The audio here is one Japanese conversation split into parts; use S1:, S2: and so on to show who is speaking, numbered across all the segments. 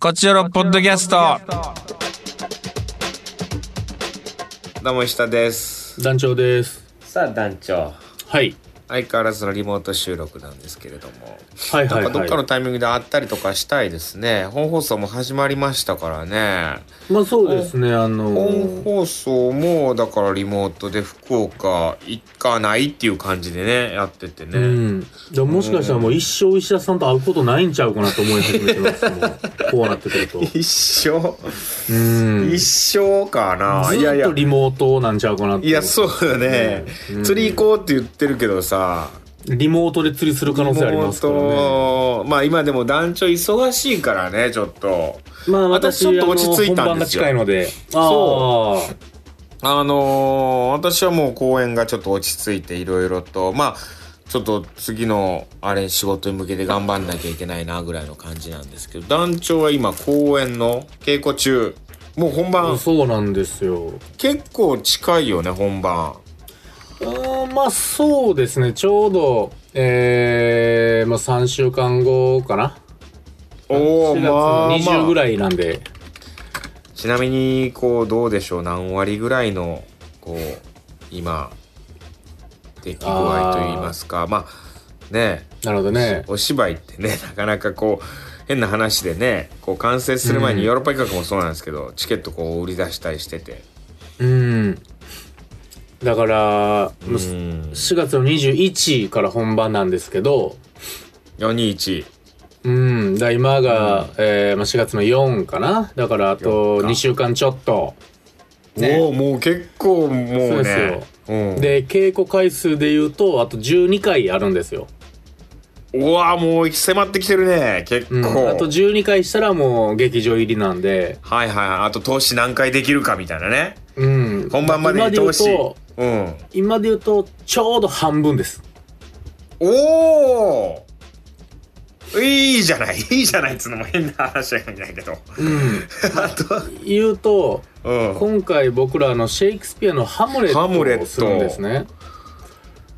S1: こちらのポッドキャスト。
S2: どうも石田です
S3: 団長です。
S2: さあ団長
S3: はい。
S2: 相変わらずのリモート収録なんですけれども、
S3: はいは
S2: な
S3: い
S2: んかど
S3: は
S2: っ
S3: い
S2: か。のタイミングで会ったりとかしたいですね本放送も始まりましたからね
S3: まあそうですね、あ
S2: 本
S3: の、
S2: 放送もだからリモートで福岡行かないっていう感じでねやっててね、
S3: うん。でももしかしたらもう一生石田さんと会うことないんちゃうかなと思い始め てます。もうこうなってくると。う
S2: 一生、
S3: ん。
S2: 一
S3: ず
S2: 生かな
S3: っとリモートなんちゃうかなって。
S2: いやそうよね、
S3: うん
S2: 釣り行こうって言ってるけどさ
S3: リモートで釣りする可能性ありますからね。
S2: もうとまあ今でも団長忙しいからねちょっと
S3: まあ
S2: 私
S3: 私、
S2: ちょっと落ち着いたんですよ
S3: あの本番が近いので。
S2: そ
S3: あー
S2: あのー私はもう公演がちょっと落ち着いていろいろとまあちょっと次のあれ仕事に向けて頑張んなきゃいけないなぐらいの感じなんですけど団長は今公演の稽古中もう本番
S3: そうなんですよ。
S2: 結構近いよね本番
S3: うーんまあそうですね、ちょうど、えー、まあ3週間後かな。
S2: おお
S3: 4月
S2: ま
S3: の
S2: あ
S3: 20ぐ
S2: まあ
S3: らいなんで。
S2: ちなみにこうどうでしょう何割ぐらいのこう今出来具合といいますかまあねえ
S3: なるほどね。
S2: お芝居ってね なかなかこう変な話でねこう完成する前に
S3: うん
S2: ヨーロッパ企画もそうなんですけど、チケットこう売り出したりしてて
S3: うん。だから、
S2: うん
S3: 4月の21から本番なんですけど、
S2: 421
S3: うん。だ今が、えーまあ、4月の4かな。だから、あと
S2: 4か
S3: 2週間ちょっと。ね
S2: おおもう結構もうね
S3: そうです
S2: よ、うん、で
S3: で、稽古回数で言うと、あと12回あるんですよ。
S2: うわもう迫ってきてるね結構、
S3: うん。あと12回したらもう劇場入りなんで、
S2: はいはいあと投資何回できるかみたいなね
S3: うん。
S2: 本番まで
S3: 今
S2: に
S3: で言
S2: 投
S3: う
S2: 資
S3: と、
S2: うん
S3: 今で言うと、ちょうど半分です。
S2: おおいいじゃないいいじゃないっつうのも変な話やかんないけど
S3: うん。
S2: あと
S3: 言うと、
S2: うん
S3: 今回僕らあのシェイクスピアの「ハムレッ
S2: ハムレッ
S3: ト」
S2: ト
S3: をするんですね。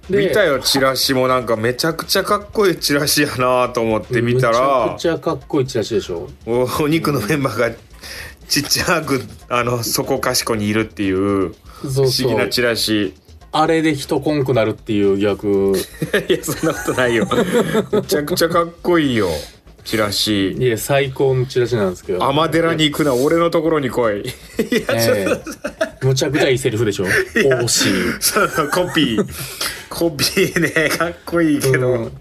S2: 見た
S3: よ
S2: よチラシもなんかめちゃくちゃかっこいいチラシやなと思って見たら
S3: めちゃくちゃかっこいいチラシでしょ。
S2: おお肉のメンバーがちっちゃくあのそこかしこにいるっていう不
S3: そう
S2: 思
S3: そ
S2: 議な
S3: う
S2: チラ シ
S3: あれで人こんくなるっていう 疑惑
S2: いやそんなことないよめちゃくちゃかっこいいよチラシ
S3: いや最高のチラシなんですけど
S2: 天寺に行くな俺のところに来い いやちょっ
S3: ええむちゃくちゃいいセリフでしょ惜しい
S2: とそのコピーコピーねかっこいいけど、
S3: うん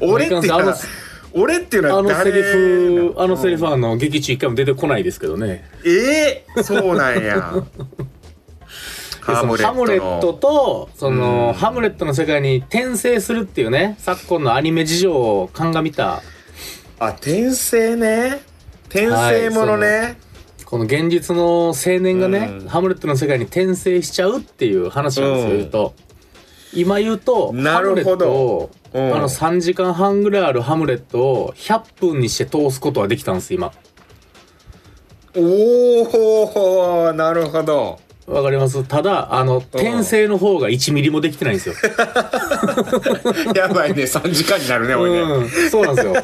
S2: 俺っていうの
S3: あの
S2: は俺っていうの
S3: あ
S2: は
S3: のセ
S2: 誰
S3: リフあのセリフはあの劇中一回も出てこないですけどね
S2: ええそうなんや
S3: で
S2: ハ
S3: その
S2: ムレ
S3: ハムレ
S2: ット
S3: ッ
S2: の
S3: トとそうの
S2: ん
S3: ハムレットの世界に転生するっていうね昨今のアニメ事情を鑑みた
S2: あ転生ね転生ものね、
S3: この現実の青年がね、
S2: うん
S3: ハムレットの世界に転生しちゃうっていう話なんですよ、
S2: うん
S3: 言うと今言うと
S2: なるほど
S3: ハムレットを、
S2: うん
S3: あの3時間半ぐらいあるハムレットを100分にして通すことはできたんです今
S2: おおなるほ ど
S3: わかりますただあの転生の方が1ミリもできてないんですよ、
S2: やばいね3時間になるね
S3: う
S2: 俺ね、
S3: ん、そうな んですよ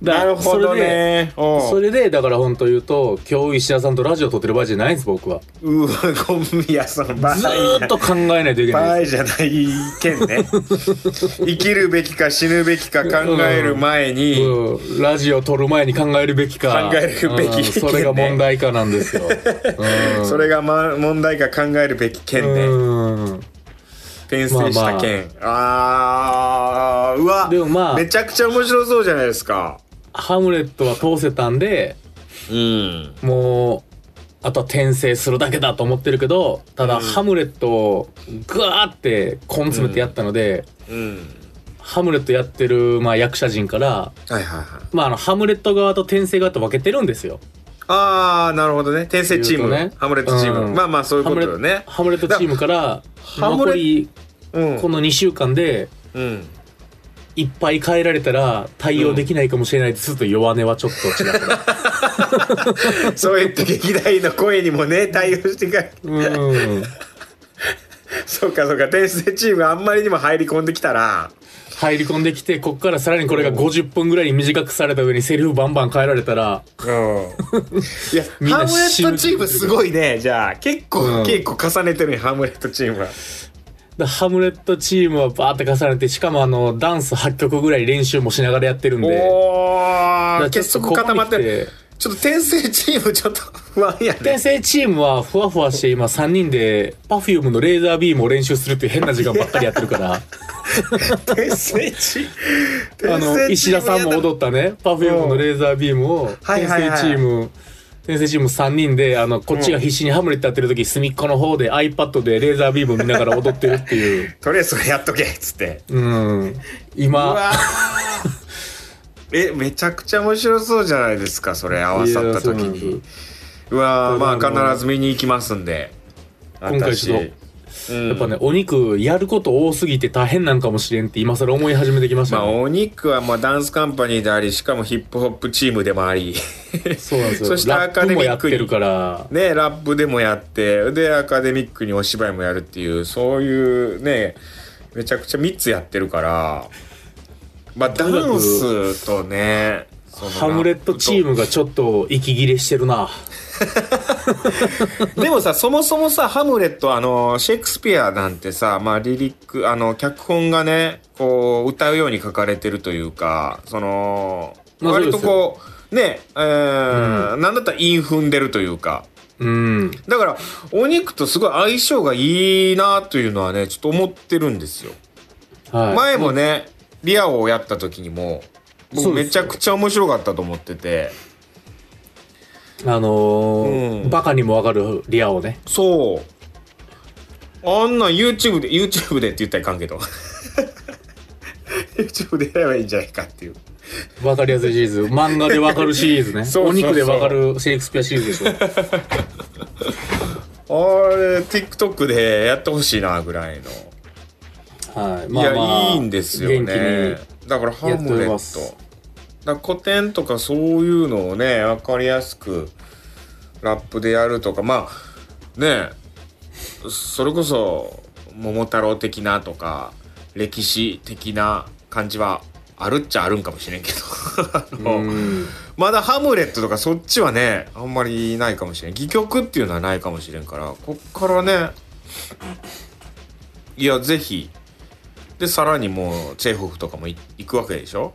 S3: だ
S2: なるほどね
S3: そ
S2: おう
S3: れでそれでだから本当言うと今日石田さんとラジオ撮ってる場合じゃないんです僕は
S2: うわごめんいやその場合
S3: ずーっと考えないといけないんです
S2: 場合じゃないけん ね生きるべきか死ぬべきか考える前に、
S3: うん、ラジオ撮る前に考えるべきか
S2: 考えるべき
S3: うんそれが問題かなんですよ、うん、
S2: それが、ま、問題か考えるべきけんね、
S3: うん
S2: 転生した件、あーうわ
S3: でもまあ
S2: めちゃくちゃ面白そうじゃないですか
S3: ハムレットは通せたんで
S2: うん
S3: もうあとは転生するだけだと思ってるけどただ、
S2: うん
S3: ハムレットをグワーって根詰めてやったので、
S2: うん
S3: ハムレットやってる、まあ、役者陣から、
S2: はいはいはい
S3: まあ、あのハムレット側と転生側と分けてるんですよ
S2: ああなるほどね転生チーム、
S3: 言うとね
S2: ハムレットチーム、
S3: うん
S2: まあまあそういう
S3: ハ
S2: こ
S3: ム
S2: と
S3: レ
S2: よね
S3: ハムレットチームから
S2: ハムレ
S3: 残り
S2: うん
S3: この2週間で
S2: うん
S3: いっぱい変えられたら対応できないかもしれないですと弱音はちょっと違ったな。
S2: そういった劇団員の声にもね対応していか
S3: うん。
S2: そうかそうか転生チームあんまりにも入り込んできたら
S3: 入り込んできて、こっからさらにこれが50分ぐらいに短くされた上にセリフバンバン変えられたら、
S2: いや
S3: みん
S2: ハ
S3: な
S2: ムレットチームすごいねじゃあ結構、
S3: うん
S2: 結構重ねてるねハムレットチームは
S3: でハムレットチームはバーって重ねて、しかもあの、ダンス8曲ぐらい練習もしながらやってるんで、
S2: おお結束固まってる
S3: る。
S2: ちょっと転生チームちょっと 不安やね
S3: 転生チームはふわふわして今3人で Perfume のレーザービームを練習するっていう変な時間ばっかりやってるからあ
S2: 転生チーム
S3: の石田さんも
S2: っ
S3: 踊ったね Perfume のレーザービームを
S2: はい
S3: 転
S2: はいはい
S3: 生チーム転生チーム3人であのこっちが必死にハムレットやってる時隅っこの方で iPad でレーザービーム見ながら踊ってるっていう
S2: とりあえずそれやっとけっつって
S3: うん今
S2: うわーえめちゃくちゃ面白そうじゃないですかそれ合わさった時
S3: いやそうなん
S2: に
S3: で
S2: うわー
S3: これ
S2: ま
S3: あ
S2: あ
S3: の
S2: 必ず見に行きますんで
S3: 今回ちょっと
S2: 私うん
S3: やっぱね、お肉やること多すぎて大変なんかもしれんって今更思い始めてきました
S2: まあ
S3: ね、
S2: お肉はまあダンスカンパニーでありしかもヒップホップチームでもあり
S3: そうなんですよ
S2: そしてアカデミックに
S3: ラップもやってるから
S2: ねラップでもやってでアカデミックにお芝居もやるっていうそういうねめちゃくちゃ3つやってるからまあダ
S3: にかく
S2: ンスとねその
S3: ハムレットチームがちょっと息切れしてるな。
S2: でもさ、そもそもさ、ハムレット、あの、シェイクスピアなんてさ、まあ、リリック、あの、脚本がね、こう、歌うように書かれてるというか、その、
S3: まあ
S2: 割とこう、ね、えーなんだったら韻踏んでるというか、
S3: うん。
S2: だから、お肉とすごい相性がいいなというのはね、ちょっと思ってるんですよ。
S3: はい。
S2: 前もね、リアをやった時にも、
S3: そ
S2: 僕
S3: うですよ
S2: めちゃくちゃ面白かったと思ってて、
S3: あのー
S2: うん
S3: バカにもわかるリアをね。
S2: そう。あんなん YouTube で、YouTube でって言ったらいかんけど。YouTube でやればいいんじゃないかっていう。
S3: わかりやすいシリーズ。漫画でわかるシリーズね。
S2: そうそうそう
S3: お肉でわかるシェイクスピアシリーズでしょ。
S2: あれ、TikTok でやってほしいな、ぐらいの。
S3: はい。
S2: いや、いいんですよ
S3: 元気
S2: ね
S3: に。
S2: だからハ
S3: やってお
S2: ムレ
S3: りま
S2: ッ
S3: す
S2: ト。だから古典とかそういうのをね、わかりやすく、ラップでやるとか、まあ、ねえそれこそ、桃太郎的なとか、歴史的な感じは、あるっちゃあるんかもしれんけど。 あの
S3: うん。
S2: まだハムレットとかそっちはね、あんまりないかもしれん。戯曲っていうのはないかもしれんから、こっからね、いや、ぜひ。で、さらにもう、チェーホフとかもい行くわけでしょ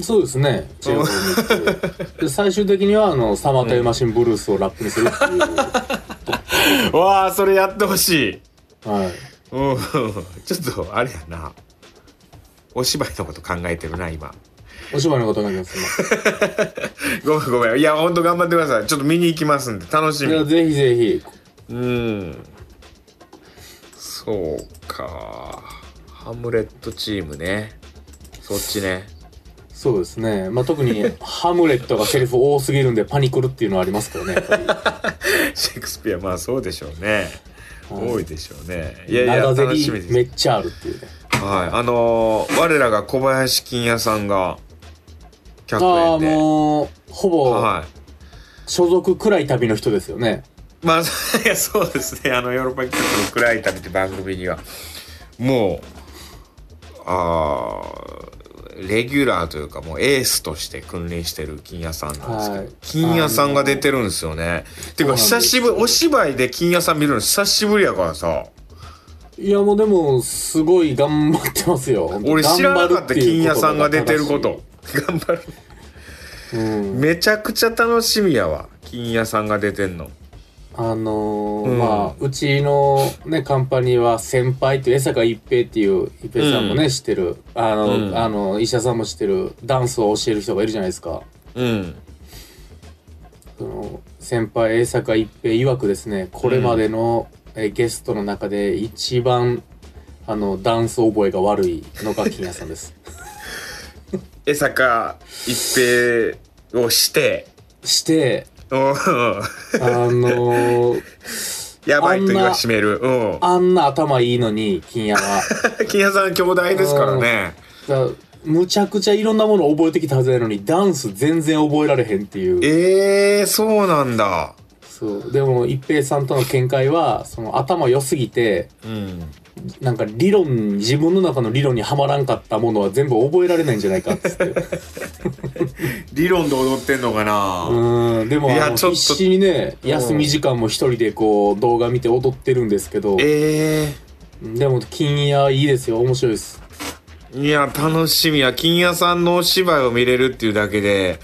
S3: そうですね。チェーンソ ーに行ってで最終的には、あの、サマータイムマシンブルースをラップにするっていう。
S2: わあ、それやってほしい。
S3: はい。
S2: うん。 ちょっと、あれやな。お芝居のこと考えてるな、今。
S3: お芝居のことになります。
S2: ごめんごめん。いや、ほんと頑張ってください。ちょっと見に行きますんで、楽し
S3: い
S2: み
S3: や、。ぜひぜひ。
S2: うん。そうか。ハムレットチームね。そっちね。
S3: そうですね。まあ、特に、ハムレットがセリフ多すぎるんでパニクるっていうのはありますけどね。やっぱり
S2: シェイクスピア、まあそうでしょうね。
S3: はい
S2: 多いでしょうね。いやいや、
S3: 長ゼ
S2: 楽
S3: リ
S2: しみ
S3: ーめ
S2: です。
S3: っちゃあるっていうね。
S2: はい。あのー我らが小林金也さんが、100
S3: ああ、
S2: 円で。
S3: もう、ほぼ、
S2: は
S3: 所属くらい旅の人ですよね。
S2: い。まあ、 いやそうですね。あの、ヨーロッパ企画の暗い旅って番組には、もう、あーレギュラーというか、もうエースとして訓練してる金谷さんなんですけど、
S3: はい
S2: 金谷さんが出てるんですよね。ていうか、
S3: そうな
S2: 久
S3: んです
S2: しぶり、お芝居で金谷さん見るの久しぶりやからさ、
S3: いや、もうでも、すごい頑張ってますよ。
S2: 俺知らなかった金谷さんが出てるこ
S3: 頑張
S2: と。頑張る。
S3: っていうことが正しい。うん。
S2: めちゃくちゃ楽しみやわ。金谷さんが出てんの。
S3: あのー
S2: うん
S3: まあ、うちのね、カンパニーは先輩という江坂一平っていう、一平さんもね、知ってる。あの、
S2: うん
S3: あの、医者さんも知ってる、ダンスを教える人がいるじゃないですか。
S2: うん。
S3: その先輩江坂一平曰くですねこれまでの、えーゲストの中で一番あのダンス覚えが悪いのが金谷さんです
S2: 江坂一平をして、
S3: して
S2: うん
S3: あのー
S2: やばいと言わしめる。うん。
S3: あんな頭いいのに金谷は
S2: 金谷さん兄弟ですからね。
S3: だむちゃくちゃいろんなもの覚えてきたはずなのにダンス全然覚えられへんっていう
S2: ええー、そうなんだ。
S3: そうでも一平さんとの見解はその頭良すぎて
S2: うん。
S3: なんか理論に自分の中の理論にはまらんかったものは全部覚えられないんじゃないか っつって
S2: 理論で踊ってんのかな、
S3: うんでも
S2: いや
S3: あの
S2: ちょっと
S3: 必死にね休み時間も一人でこう動画見て踊ってるんですけど
S2: ええ
S3: でも金夜いいですよ面白いです
S2: いや楽しみや金谷さんのお芝居を見れるっていうだけで、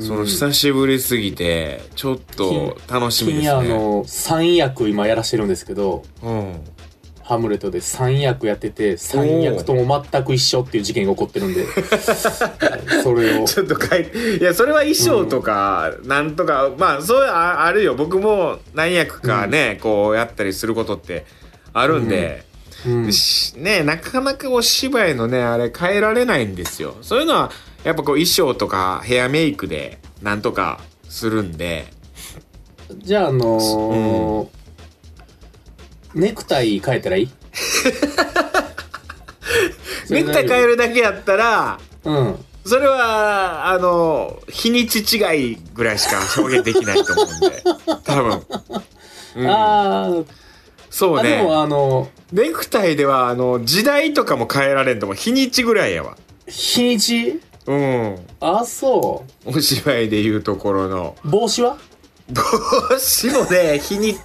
S2: その久しぶりすぎてちょっと楽しみ
S3: 金
S2: で
S3: 夜あ
S2: すね、
S3: の三役今やらしてるんですけど
S2: うん、
S3: ハムレットで三役やってて三役とも全く一緒っていう事件が起こって るんでそれを
S2: ちょっとかいいやそれは衣装とか、なんとかまあそういうああるよ僕も何役かね、こうやったりすることってあるんで、
S3: うん
S2: しねなかなかお芝居のねあれ変えられないんですよそういうのはやっぱこう衣装とかヘアメイクでなんとかするんで
S3: じゃあ、あのーネクタイ変えたらいい
S2: ネクタイ変えるだけやったら
S3: うん。
S2: それはあの日にち違いぐらいしか表現できないと思うんで多分、うん、
S3: あー
S2: そう
S3: あ、
S2: ね
S3: でもあの、
S2: ネクタイではあの時代とかも変えられんとも日にちぐらいやわ。
S3: 日にち
S2: うん。
S3: あ、そ
S2: お芝居で言うところの
S3: う。帽子は
S2: 帽子もね日に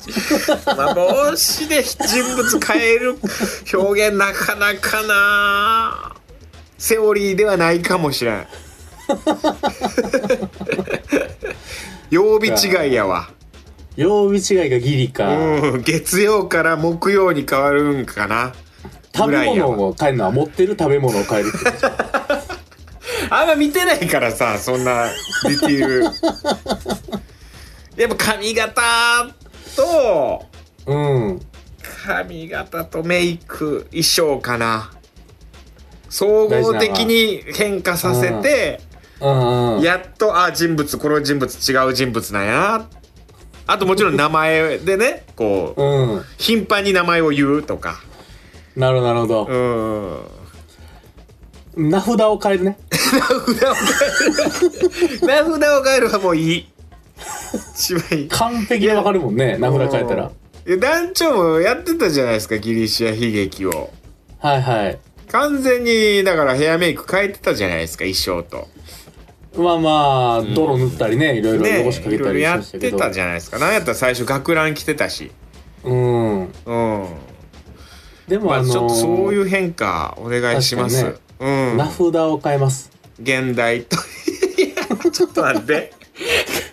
S2: まあ帽子で人物変える表現なかなかなセオリーではないかもしれん曜日違いやわ
S3: 曜日違いがギリか。
S2: うん月曜から木曜に変わるんかな
S3: 食
S2: ぐら
S3: べ
S2: いやわ
S3: 物を変えるのは持ってる食べ物を変えるってこと。
S2: あんま見てないからさそんなディティールやっぱ髪型と
S3: うん。
S2: 髪型とメイク衣装かな総合的に変化させて
S3: うんうん。
S2: やっとあ人物この人物違う人物なんやなあともちろん名前でねこう
S3: うん。
S2: 頻繁に名前を言うとか
S3: なるほど、なるほ
S2: う
S3: ど。
S2: ん
S3: 名札を変えるね。
S2: 名札を変える名札を変えるはもういい一番いい
S3: 完璧にわかるもんね。名札変えたら。
S2: いや団長もやってたじゃないですかギリシア悲劇を
S3: はいはい。
S2: 完全にだからヘアメイク変えてたじゃないですか衣装と
S3: まあまあ、泥塗ったりね、いろいろ
S2: ね
S3: 汚しかけ
S2: いろ
S3: た
S2: いろ
S3: りし
S2: や
S3: ま
S2: っ
S3: したけ
S2: て
S3: ど。
S2: たじゃないですかなんやったら最初学ラン着てたし
S3: うん。
S2: うん
S3: でも、
S2: ま
S3: あ
S2: あ
S3: のー
S2: ちょっとそういう変化お願いします、
S3: 確
S2: うん
S3: 名札を変えます。
S2: 現代と いやちょっと待って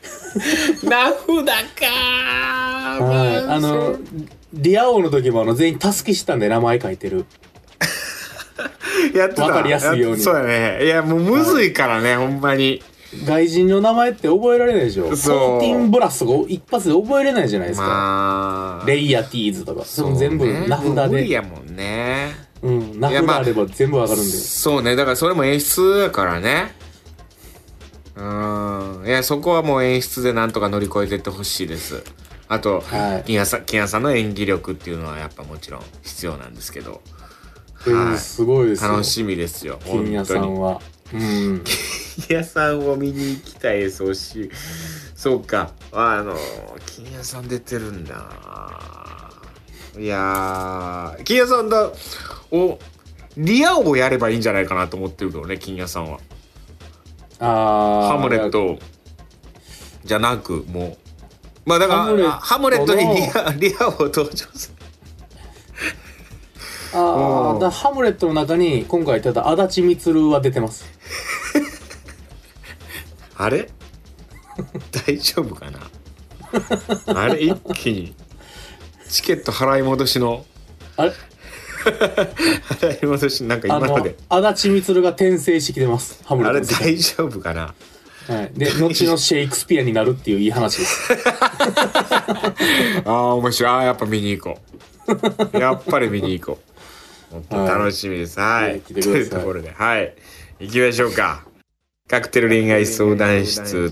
S2: 名札かー
S3: はい。
S2: ま
S3: あの
S2: そう、
S3: リア王の時もあの全員タスキしたんで名前書いてる。
S2: やってた
S3: わかりやすいように
S2: っそうやねいやもうむずいからね、ほんまに
S3: 外人の名前って覚えられないでしょ。コ
S2: そう
S3: ーティンブラスとか一発で覚えれないじゃないですか。
S2: まあ
S3: レイヤティーズとか。それも全部
S2: そうね
S3: 名
S2: もう
S3: 札
S2: 無理
S3: で。
S2: やもんね
S3: うん。名
S2: いや
S3: 札
S2: まあ
S3: あれば全部わかるんで。
S2: そうねだからそれも演出やからねうんいやそこはもう演出でなんとか乗り越えてってほしいですあと、
S3: はい
S2: 金谷さん金谷さんの演技力っていうのはやっぱもちろん必要なんですけど
S3: うんすごいですよ。
S2: 楽しみですよ本
S3: 金谷
S2: 当
S3: さん
S2: に
S3: は。うん。
S2: 金谷さんを見に行きたいですおしそうかあの金谷さん出てるんだいやー金谷さんだおリアをやればいいんじゃないかなと思ってるけどね金谷さんは
S3: あー
S2: ハムレッ。トじゃなくもうまあだから
S3: ハムレットの
S2: ハムレットにリア リアを登場する
S3: あ
S2: う
S3: あ、
S2: ん
S3: だハムレットの中に今回言ってた足立光は出てます。
S2: あれ 大丈夫かなあれ一気にチケット払い戻しの
S3: あれ
S2: 払い戻しなんか
S3: あ
S2: 今
S3: の
S2: ので、
S3: 足立光が転生してきてます。ハム
S2: あ
S3: レット
S2: れ
S3: の世界
S2: 大丈夫かな
S3: はい、で後のシェイクスピアになるっていういい話です。
S2: ああ面白いああやっぱ見に行こう やっぱり見に行こう本当楽しみですはい、
S3: はい
S2: と
S3: 来てください
S2: いうところではい行きましょうかカクテル恋愛相談室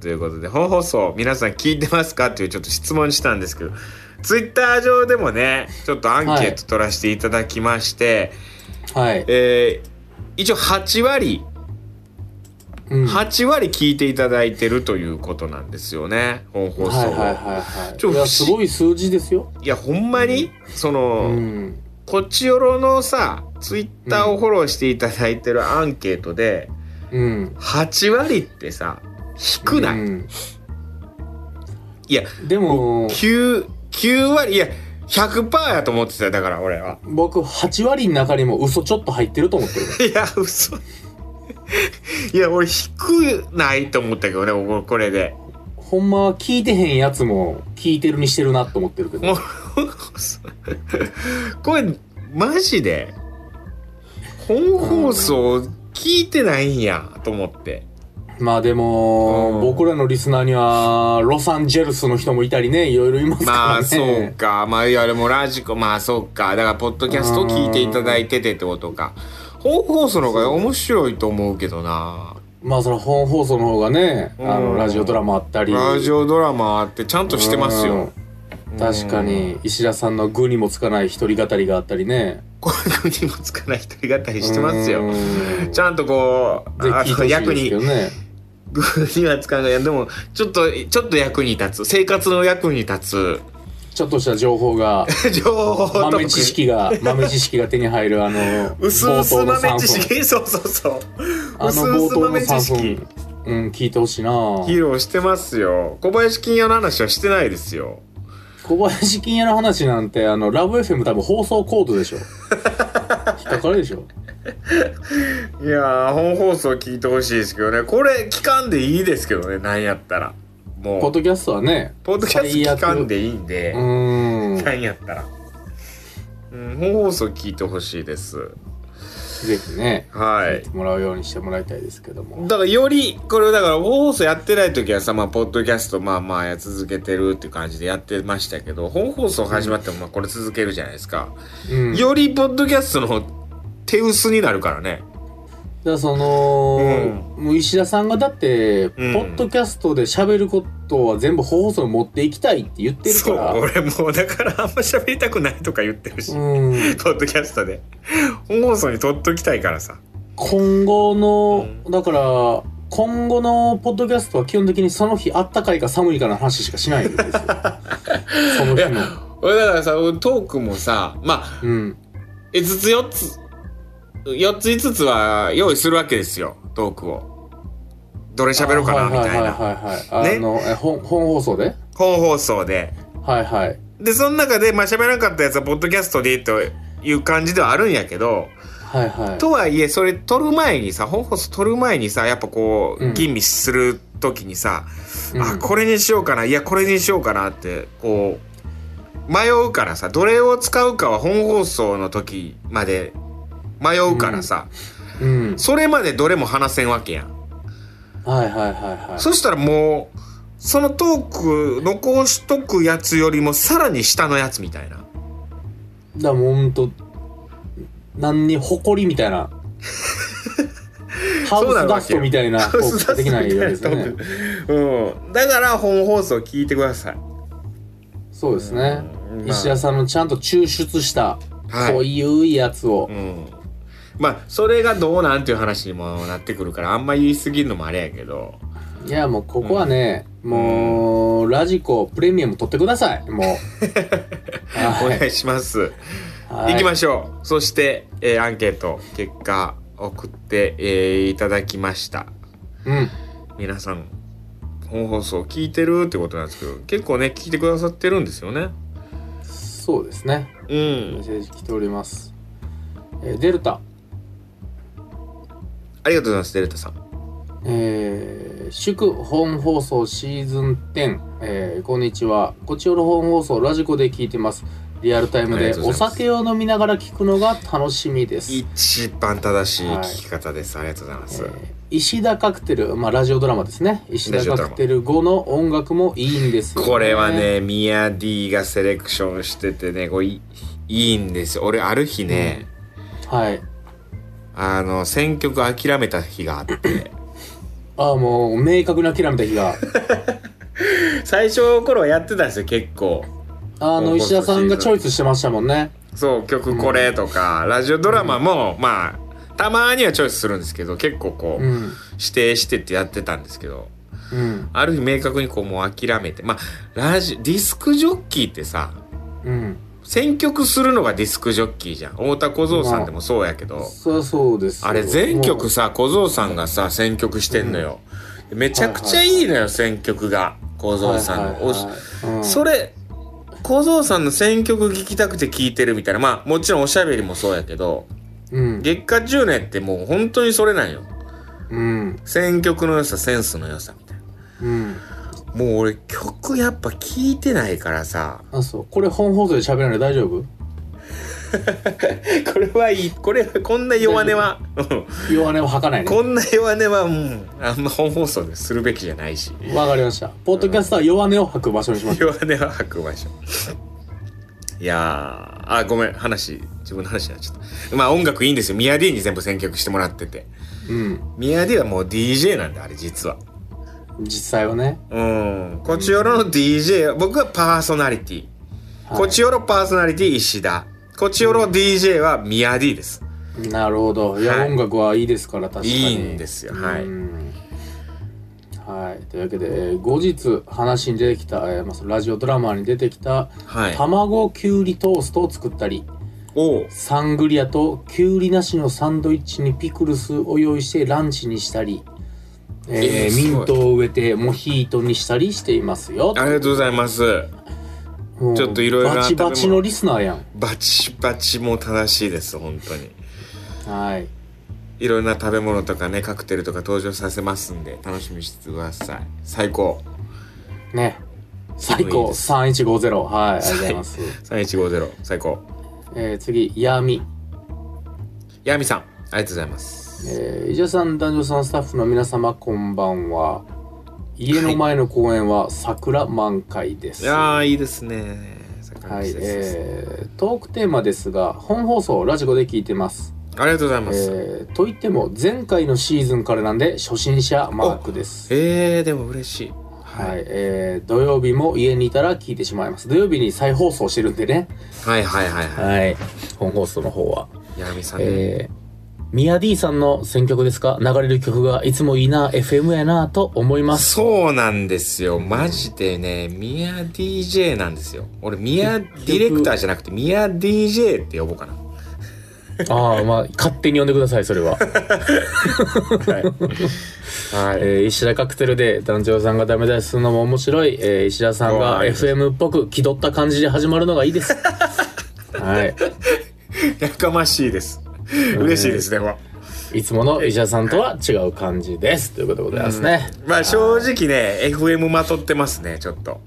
S2: ということで本放送皆さん聞いてますかっていうちょっと質問したんですけどツイッター上でもねちょっとアンケート取らせていただきまして、
S3: はい。
S2: えー一応8割
S3: うん
S2: 8割聞いていただいてるということなんですよね本放送、
S3: はいいはいはいはい
S2: ちょ
S3: いやすごい数字ですよ
S2: やほんまにその、
S3: うん
S2: こっちよろのさツイッターをフォローしていただいてるアンケートで
S3: うん
S2: 8割ってさ低ない、
S3: うん
S2: いや
S3: でも
S2: 9, 9割いや100%やと思ってたよだから俺は。
S3: 僕8割の中にも嘘ちょっと入ってると思ってる
S2: いや嘘いや俺低くないと思ったけどねここれで
S3: ほんまは聞いてへんやつも聞いてるにしてるなと思ってるけど
S2: もう これマジで本放送聞いてないんやと思って
S3: まあでも、
S2: うん
S3: 僕らのリスナーにはロサンゼルスの人もいたりねいろいろいますからね
S2: まあそうかまあいやでもラジコまあそうかだからポッドキャストを聞いていただいててってことか本放送の方が面白いと思うけどな
S3: まあその本放送の方がね、あ
S2: う
S3: の
S2: ん
S3: ラジオドラマあったり
S2: ラジオドラマあってちゃんとしてますよ
S3: うん確かに石田さんの「具にもつかない一人語り」があったりね
S2: こういうにもつかない一人語りしてます
S3: う
S2: よ。
S3: ん
S2: ちゃんとこう、
S3: ぜひ
S2: あ
S3: 聞いてほ
S2: の
S3: しい
S2: 役
S3: です
S2: に、
S3: けどね
S2: 具にはつかない。でも、ちょっと、ちょっと役に立つ。生活の役に立
S3: ちょっとした情報 が
S2: つ。情報と
S3: 豆知。識が豆知識が手に入る あの
S2: うすう
S3: 冒
S2: す
S3: 頭の
S2: 豆
S3: 3
S2: 知
S3: 分
S2: 識。そうそうそう。
S3: あ
S2: うす
S3: の
S2: うす
S3: 冒頭の
S2: 豆知識。
S3: 3分うん聞いてほしいな
S2: 披露してますよ。小林金也の話はしてないですよ。
S3: 小林金也の話なんてあのラブ f m 多分放送コードで しょ引っかかるでしょ
S2: いやー、本放送聞いてほしいですけどね。これ、期間でいいですけどね。なんやったら。
S3: ポッ
S2: もう、
S3: ドキャストはね
S2: ポッドキャスト期間
S3: 最悪
S2: でいいんで。
S3: うーん
S2: なんやったら。うん、本放送聞いてほしいです。
S3: ぜひね
S2: は
S3: 聞い
S2: い
S3: て。もらうようにしてもらいたいですけども
S2: だからより、これだから本放送やってない時はさ、まあ、ポッドキャストまあまあや続けてるっていう感じでやってましたけど、本放送始まってもまあこれ続けるじゃないですか。
S3: うん
S2: よりポッドキャストの方、手薄になるからね。
S3: だからその、もう石田さんがだって、
S2: ん
S3: ポッドキャストで喋ることは全部放送に持っていきたいって言ってる
S2: そ
S3: か
S2: う、
S3: ら
S2: 俺もうだからあんま喋りたくないとか言ってるし、
S3: うん、
S2: ポッドキャストで。本放送に取っときたいからさ。
S3: 今後の、
S2: う
S3: だから今後のポッドキャストは基本的にその日あったかいか寒いかの話しかしない んですよその日
S2: い
S3: の
S2: 俺だからさ、トークもさ、まあ、
S3: うん
S2: 5つ4つ4つ5つは用意するわけですよトークをどれ喋ろうかなみたい
S3: は
S2: ない
S3: はいはいはい、
S2: ね
S3: あのえ本本放送で
S2: 本放送で
S3: はいはい
S2: でその中でまあ喋らなかったやつはポッドキャストでという感じではあるんやけど
S3: はいはい
S2: とはいえそれ撮る前にさ本放送撮る前にさやっぱこ
S3: う
S2: うん吟味する時にさ、
S3: うん
S2: あこれにしようかないやこれにしようかなってこう迷うからさどれを使うかは本放送の時まで迷うからさ、
S3: うん
S2: それまでどれも話せんわけやん。
S3: はいはいはいはい
S2: そしたらもう、そのトーク残しとくやつよりもさらに下のやつみたいな。
S3: だからもうほんと何に誇りみたい なハウ
S2: そうな
S3: ス
S2: るわ
S3: ダ
S2: け
S3: ス
S2: よ
S3: トみたいなトークしかできないわけですよね
S2: うん。だから本放送聞いてください。
S3: そうですね
S2: うん
S3: 石田さんのちゃんと抽出した
S2: はい
S3: そういうやつを
S2: うん。まあ、それがどうなんていう話にもなってくるから、あんま言いすぎるのもあれやけど。
S3: いやもうここはねもうラジコプレミアム取ってください もう
S2: お
S3: は
S2: 願いします。
S3: い
S2: 行き
S3: し
S2: ましょう。そして、えーアンケート、結果、送って、えーいただきました。
S3: ょうん
S2: 皆さん本放送聞いてるってことなんですけど結構ね聞いてくださってるんですよね
S3: そうですね
S2: う
S3: メッ
S2: ん
S3: セージ来ておりますえーデルタ
S2: ありがとうございますデルタさん
S3: えー祝本放送シーズン10、えーこんにちはこちよろ本放送ラジコで聞いてますリアルタイム
S2: あり
S3: で
S2: がとうご
S3: お
S2: ざいます
S3: 酒を飲みながら聞くのが楽しみです、
S2: 一番正しい聞き方です、ありがとうございます、
S3: えー石田カクテル、まあ、ラジオドラマですね石田
S2: ラジオ
S3: カ
S2: ドラマ
S3: クテル5の音楽もいいんですよ
S2: これはねミヤ D がセレクションしててねこれいいいんですよ俺ある日ね、
S3: はい
S2: あの選曲諦めた日があって
S3: ああもう明確な諦めた日が
S2: 最初の頃はやってたんですよ結構
S3: あの石田さんがチョイスしてましたもんね
S2: そう曲これとか、ラジオドラマも、まあたまにはチョイスするんですけど結構こう、
S3: うん
S2: 指定してってやってたんですけど
S3: うん
S2: ある日明確にこうもう諦めてまあラジディスクジョッキーってさ
S3: うん
S2: 選曲するのがディスクジョッキーじゃん太田小僧さんでもそうやけど、
S3: そりゃそうですよ
S2: あれ全曲さ小僧さんがさ選曲してんのよ、めちゃくちゃいいのよ、選曲が小僧さんの、
S3: はいはいはいうん
S2: それ小僧さんの選曲聴きたくて聴いてるみたいなまあもちろんおしゃべりもそうやけど
S3: うん
S2: 月下10年ってもう本当にそれなんよ
S3: うん
S2: 選曲の良さセンスの良さみたい
S3: うん
S2: なもう俺曲やっぱ聴いてないからさ
S3: あそうこれ本放送で喋らないで大丈夫
S2: これはいいこれはこんな弱音 はうん
S3: 弱音を吐かないね
S2: こんな弱音はもうあんま本放送でするべきじゃないし
S3: わかりましたポッドキャストは弱音を吐く場所にしましょう
S2: 弱音は吐く場所いやーあごめん話自分の話になっちゃったまあ音楽いいんですよミヤディに全部選曲してもらってて
S3: うん
S2: ミヤディはもう DJ なんだあれ実は
S3: 実際はね
S2: うんこちよろの DJ 僕はパーソナリティ
S3: はい
S2: こちよろパーソナリティ石田こちよろ DJ はミヤディです
S3: なるほどいや、
S2: はい
S3: 音楽はいいですから確かに
S2: いいんですよはい
S3: うんはいというわけで、えー後日話に出てきた、えーまあ、そのラジオドラマに出てきた
S2: はい
S3: 卵きゅうりトーストを作ったり
S2: おう
S3: サングリアときゅうりなしのサンドイッチにピクルスを用意してランチにしたり、えー
S2: えーすごい
S3: ミントを植えてモヒートにしたりしていますよ
S2: ありがとうございます
S3: もう
S2: ちょっといろいろな
S3: バチバチ
S2: 食べ
S3: の
S2: 物
S3: リスナーやん
S2: バチバチも正しいです本当に
S3: はい
S2: いろんな食べ物とかねカクテルとか登場させますんで楽しみにしてください最高
S3: ね最高
S2: いいです
S3: 3150はいありがとうございます、
S2: 3150最高
S3: えー次闇
S2: ヤミさんありがとうございます
S3: えー、伊者さん男女さんスタッフの皆様こんばんは家の前の公園は桜満開です、
S2: いやーいいですね桜
S3: は
S2: の
S3: い
S2: 季、節です
S3: えー、トークテーマですが本放送ラジコで聞いてます、
S2: ありがとうござい
S3: え
S2: ます
S3: ー、と言っても前回のシーズンからなんで初心者マークです
S2: えー、でも嬉しい
S3: はい、えー、土曜日も家にいたら聞いてしまいます土曜日に再放送してるんでね
S2: はいはいはいは
S3: はい本放送の方はい
S2: ヤミさんね
S3: えーミヤ D さんの選曲ですか流れる曲がいつもいいな FM やなと思います
S2: そうなんですよマジでねミヤ DJ なんですよ俺ミヤディレクターじゃなくてミヤ DJ って呼ぼうかな
S3: ああまあ勝手に呼んでくださいそれ は、
S2: は
S3: えー石田カクテルで団長さんがダメ出しするのも面白い、えー石田さん
S2: う
S3: が
S2: わ
S3: FM っぽく気取った感じで始まるのがいいです はい
S2: やかましいです嬉しいですねもう
S3: いつもの石田さんとは違う感じですということでございますね、
S2: まあ正直ね FM まとってますねちょっと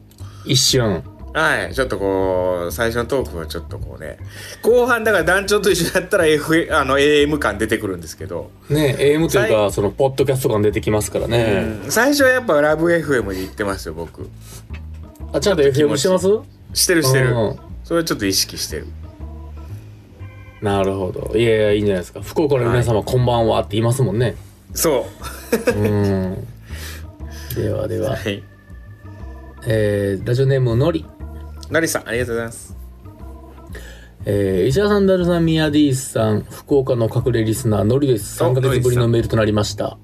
S3: 一瞬
S2: はいちょっとこう最初のトークはちょっとこうね後半だから団長と一緒だったら F あの AM 感出てくるんですけど、
S3: ね AM というかそのポッドキャスト感出てきますからね、
S2: 最初はやっぱラブ FM に行ってますよ僕
S3: あちゃんと FM してます
S2: してるしてる
S3: うん
S2: それはちょっと意識してる
S3: なるほどいやいやいいんじゃないですか福岡の皆様、こんばんはって言いますもんね
S2: そう
S3: ーんではで
S2: う
S3: は、
S2: はい
S3: えーラジオネームのり
S2: のりさんありがとうございます
S3: えー石田さん、ダルさん、ミヤディさん、福岡の隠れリスナー、のりです。
S2: お
S3: 3ヶ月ぶりのメールとなりました。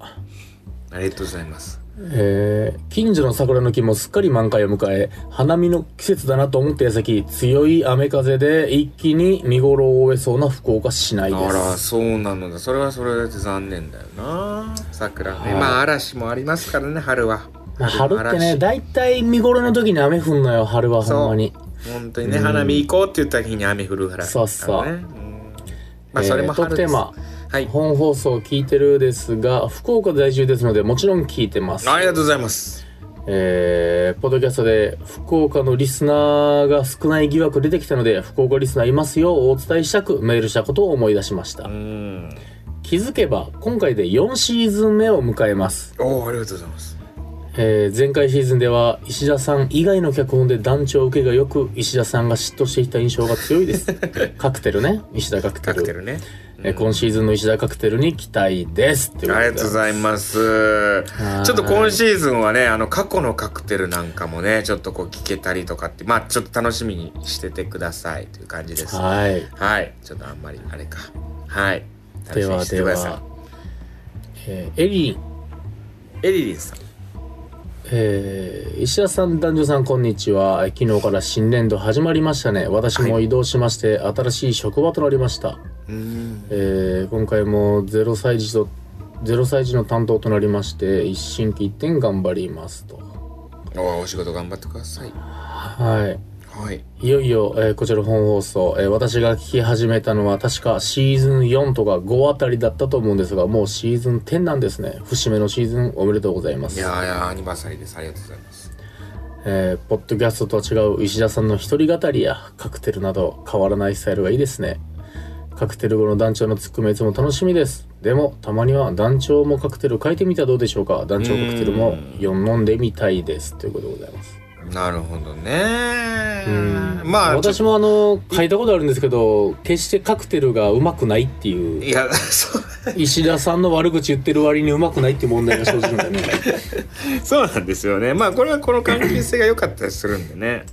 S2: ありがとうございます
S3: えー近所の桜の木もすっかり満開を迎え、花見の季節だなと思った矢先、強い雨風で一気に見頃を終えそうな福岡市内
S2: あ
S3: で
S2: ら
S3: す。
S2: そうなのだそれはそれで残念だよな桜ね、
S3: はい
S2: まあ嵐もありますからね春は
S3: まあ春ってね、
S2: 嵐
S3: だいたい見頃の時に雨降んのよ、春はほんまに。
S2: 本当にね、花見行こうって言った日に雨降るから、ね、
S3: そうそう
S2: うんまあそれも春です、
S3: えートークテ
S2: はい
S3: 本放送聞いてるですが、福岡在住ですので、もちろん聞いてます。
S2: ありがとうございます
S3: えーポッドキャストで福岡のリスナーが少ない疑惑出てきたので福岡リスナーいますよをお伝えしたくメールしたことを思い出しました
S2: うん
S3: 気づけば今回で4シーズン目を迎えます、
S2: おおありがとうございます
S3: えー前回シーズンでは石田さん以外の脚本で団長受けがよく石田さんが嫉妬していた印象が強いです カクテルね石田カクテ
S2: カ
S3: ル
S2: クテルね
S3: えー今シーズンの石田カクテルに期待ですとい
S2: あり
S3: うこ
S2: がとう
S3: とで
S2: ございます
S3: はい
S2: ちょっと今シーズンはねあの過去のカクテルなんかもねちょっとこう聞けたりとかってまあちょっと楽しみにしててくださいという感じです
S3: はい
S2: はいちょっとあんまりあれかはい楽
S3: で
S2: しみに
S3: は
S2: して
S3: で
S2: てくださ
S3: は、えーエリン、
S2: いエリリンさん
S3: えー石田さん男女さんこんにちは昨日から新年度始まりましたね私も移動しまして、新しい職場となりました、
S2: うん
S3: えー今回も0歳児と0歳児の担当となりまして一心一転頑張りますと
S2: おお仕事頑張ってください
S3: はい
S2: はい
S3: いよいよ、えーこちらの本放送、えー私が聞き始めたのは確かシーズン4とか5あたりだったと思うんですがもうシーズン10なんですね節目のシーズンおめでとうございま
S2: い
S3: す
S2: やーいやーアニバーサリーですありがとうございます
S3: えーポッドキャストとは違う石田さんの一人語りやカクテルなど変わらないスタイルがいいですねカクテル後の団長のツッコミはいつも楽しみですでもたまには団長もカクテル書いてみたらどうでしょうか団長カクテルもよん飲んでみたいですということでございます
S2: なるほどね
S3: うん
S2: まあちょっ
S3: 私もあの書いたことあるんですけど決してカクテルがうまくないって
S2: と
S3: いう
S2: いや そう
S3: 石田さんの悪口言ってる割にうまくないっていう問題が生じるん だね
S2: そうなんですよねまあこれはこの関係性が良かったりするんでね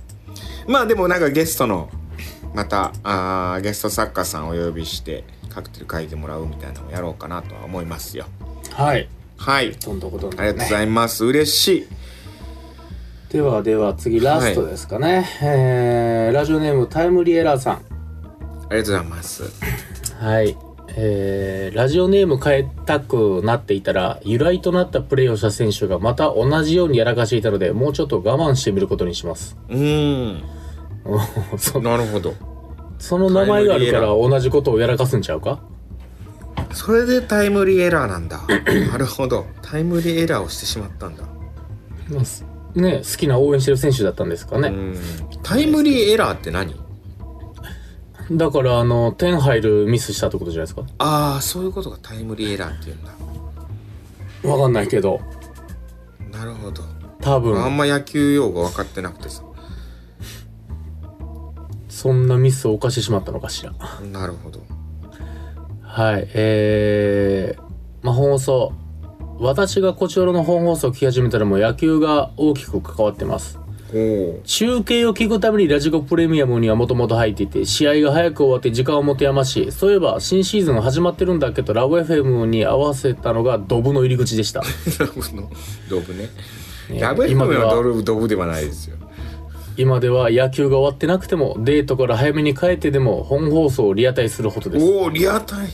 S2: まあでもなんかゲストのまたあーゲスト作家さんをお呼びしてカクテル書いてもらうみたいなのをやろうかなとは思いますよ
S3: はい
S2: はい
S3: どんどんどんどん、ね、
S2: ありがとうございます嬉しい
S3: ではでは次ラストですかね、えーラジオネームタイムリエラーさん
S2: ありがとうございます
S3: はい、えーラジオネーム変えたくなっていたら由来となったプレーをした選手がまた同じようにやらかしていたのでもうちょっと我慢してみることにします
S2: うーん
S3: おそ
S2: なるほど
S3: その名前があるから同じことをやらかすんちゃうか
S2: それでタイムリーエラーなん だなるほどタイムリーエラーをしてしまったんだ
S3: まあすね好きな応援してる選手だったんですか
S2: う
S3: ね、
S2: んタイムリーエラーって何
S3: だからあの点入るミスしたってことじゃないですか
S2: ああそういうことがタイムリーエラーって言うんだ
S3: わかんないけど
S2: なるほど
S3: 多
S2: あ
S3: 分
S2: んま野球用語分かってなくてさ
S3: そんなミスを犯してしまったのかしら
S2: なるほど
S3: はい、えー、まあ、本放送。私がこちらの本放送を聞き始めたらもう野球が大きく関わってます。
S2: お お
S3: 中継を聞くためにラジコプレミアムにはもともと入っていて、試合が早く終わって時間を持て余し、そういえば新シーズン始まってるんだけど、ラブ FM に合わせたのがドブの入り口 でした。
S2: ラブのドブね
S3: ね
S2: ラブ
S3: 今
S2: FM
S3: で
S2: はド
S3: は、
S2: ブドブではないですよ
S3: 今では野球が終わってなくても、デートから早めに帰ってでも本放送をリアタイするほどです。
S2: おおリアタイ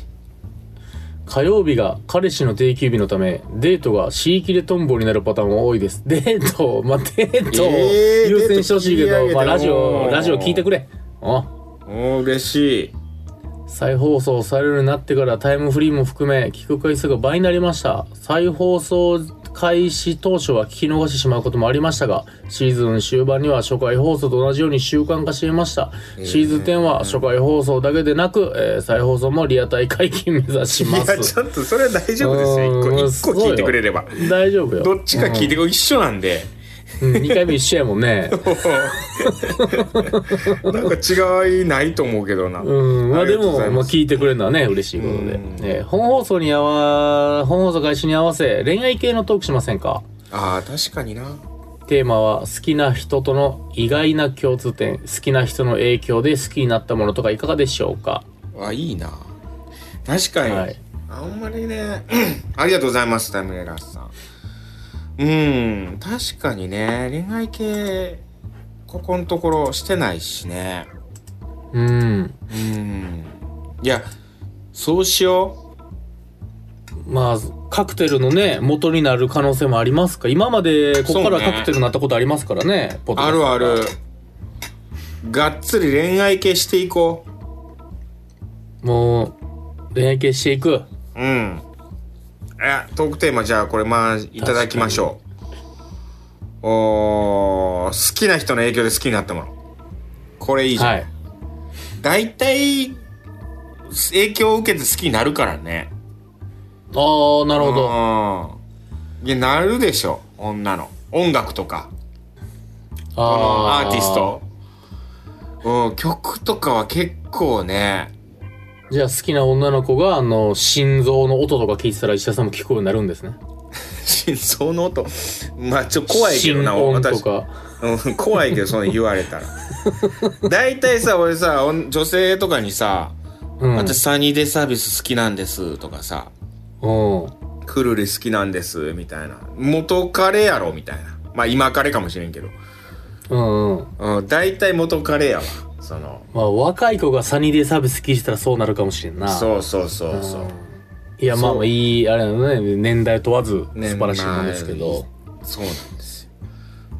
S3: 火曜日が彼氏の定休日のためデートがしいきれとんぼになるパターンも多いですデートまあデートを
S2: えー
S3: 優先してほしいけ
S2: デート切り上
S3: ど、
S2: げて
S3: まあ、ラジ
S2: お
S3: オ
S2: ー
S3: ラジオ聞いてくれお
S2: おお嬉しい
S3: 再放送されるようになってからタイムフリーも含め聞く回数が倍になりました再放送開始当初は聞き逃してしまうこともありましたがシーズン終盤には初回放送と同じように習慣化していましたシーズン10は初回放送だけでなく、えー再放送もリアタイ解禁目指し
S2: い
S3: ま
S2: や
S3: す
S2: ちょっとそれは大丈夫ですよ
S3: うん
S2: 一個一個聞いてくれれば
S3: 大丈夫よ
S2: どっちか聞いてこう一緒なんで
S3: うん、2回目一緒やも んね。
S2: なんか違いないと思うけどな。
S3: うん、まあ
S2: り
S3: で
S2: がとうご
S3: も、
S2: ざい
S3: まあ、
S2: ます
S3: 聞いてくれるのはね、嬉しいことで。
S2: うん
S3: えー本放送に合わ、本放送開始に合わせ、恋愛系のトークしませんか
S2: ああ、確かにな。
S3: テーマは、好きな人との意外な共通点、好きな人の影響で好きになったものとかいかがでしょうか
S2: あ、いいな。確かに。
S3: はい
S2: あんまりね、 ありがとうございます、タイムレラーさん。うん、確かにね、恋愛系、ここのところしてないしね。
S3: うん。
S2: うん。いや、そうしよう。
S3: まあ、カクテルのね、元になる可能性もありますか今まで、ここから
S2: そうね
S3: カクテルになったことありますからね、ポッドキ
S2: あ
S3: ャスト
S2: る
S3: から
S2: ある。がっつり恋愛系していこう。
S3: もう、恋愛系していく。
S2: うん。え、トークテーマじゃあこれまあいただきましょう。おー好きな人の影響で好きになったもの。これいいじゃん。
S3: はい。
S2: 大体、影響を受けて好きになるからね。
S3: ああ、なるほど。
S2: うん。いや、なるでしょ。女の。音楽とか。この
S3: あ
S2: アーティスト。うん、曲とかは結構ね、
S3: じゃあ好きな女の子があの心臓の音とか聞いてたら石田さんも聞こえようになるんですね。
S2: 心臓の音。まあちょっと怖いけどな、
S3: 心音と
S2: 私。
S3: か。
S2: うん、怖 いけどその言われたら大体さ俺さおん女性とかにさ
S3: うん。
S2: 私サニーデイサービス好きなんですとかさ、
S3: うん。
S2: くるり好きなんですみたいな。元彼やろみたいな。まあ今彼かもしれんけど。
S3: うんうん。
S2: うん、大体元彼やわ。その、
S3: まあ、若い子がサニーデイサービス聞いてたらそうなるかもしれんな。
S2: そうそうそうそう
S3: うん。いや、まあまあ、いい、あれだね、年代問わず素
S2: ね
S3: 晴らしいもんですけど。。
S2: まあそうなんですよ。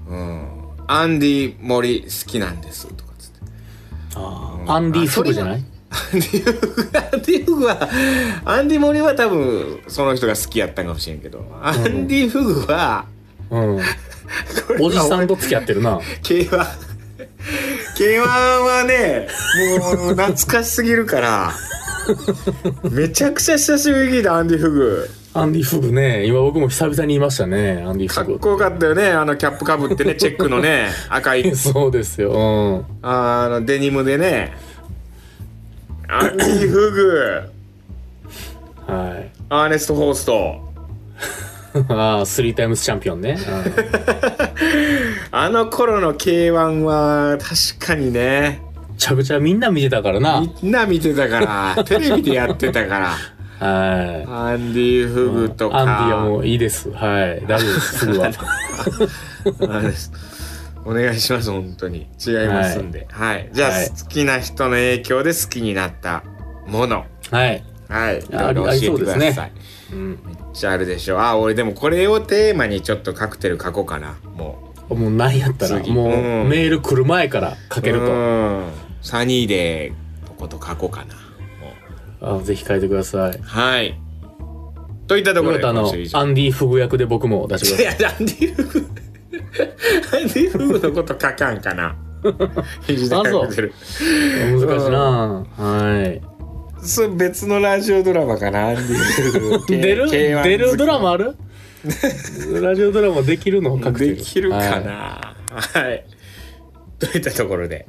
S2: うん。アンディ森好きなんですとかつって。
S3: あーアンディ・フグじゃな
S2: ア
S3: い
S2: ンディフグ、アンディフグは、アンディ森は多分その人が好きやったんかもしれんけど、アンディフグは、
S3: うん。おじさんと付き合ってるな。
S2: K1 K1 はねもう懐かしすぎるからめちゃくちゃ久しぶりに聞いたアンディ・フグ
S3: アンディ・フグね、今僕も久々に言いましたね、アンディ・
S2: か
S3: フ
S2: っ
S3: グ。
S2: こよかったよねあのキャップかぶってねチェックのね赤い
S3: そうですよ。うん。
S2: あのデニムでねアンディ・フグ
S3: はい。
S2: アーネスト・ホースト
S3: ああ、スリータイムズチャンピオンね。
S2: あの頃の K1 は確かにね
S3: めちゃくちゃみんな見てたからな。
S2: みんな見てた からテレビでやってたから
S3: はい。
S2: アンディ・フグとか
S3: アンディはもういいです。はい。 大丈夫です。すぐは。
S2: あれです お願いします本当に違いますんではい、じゃあ、
S3: はい
S2: 好きな人の影響で好きになったもの
S3: はい。
S2: はいいろ
S3: あ
S2: いろ教えてくだ
S3: ありそうです
S2: さい、
S3: うん。
S2: じゃああるでしょうあ俺でもこれをテーマにちょっとカクテル書こうかなも
S3: もう何やったら、
S2: 次
S3: もう
S2: うん
S3: メール来る前から
S2: う
S3: 書ける
S2: う
S3: と。
S2: んサニーでここと書こうかなもう
S3: あぜひ書いてください。
S2: はいといったところ
S3: よかっ
S2: で
S3: たあの
S2: 今週以、上
S3: アンディ・フグ役で僕も出してく
S2: い
S3: ださい。
S2: やアンディ・フグアンディ・フグのこと書かんか な肘で書いてる
S3: 難しいなはい。
S2: それ別のラジオドラマかなアンディフ グ
S3: 出る
S2: K- K1
S3: 出るドラマあるラジオドラマ できるの
S2: 好
S3: 確
S2: き
S3: 定
S2: できるかなはい、といったところで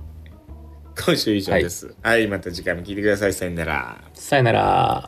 S2: 今週以上ですはい、また次回も聞いてくださいさよなら
S3: さよなら。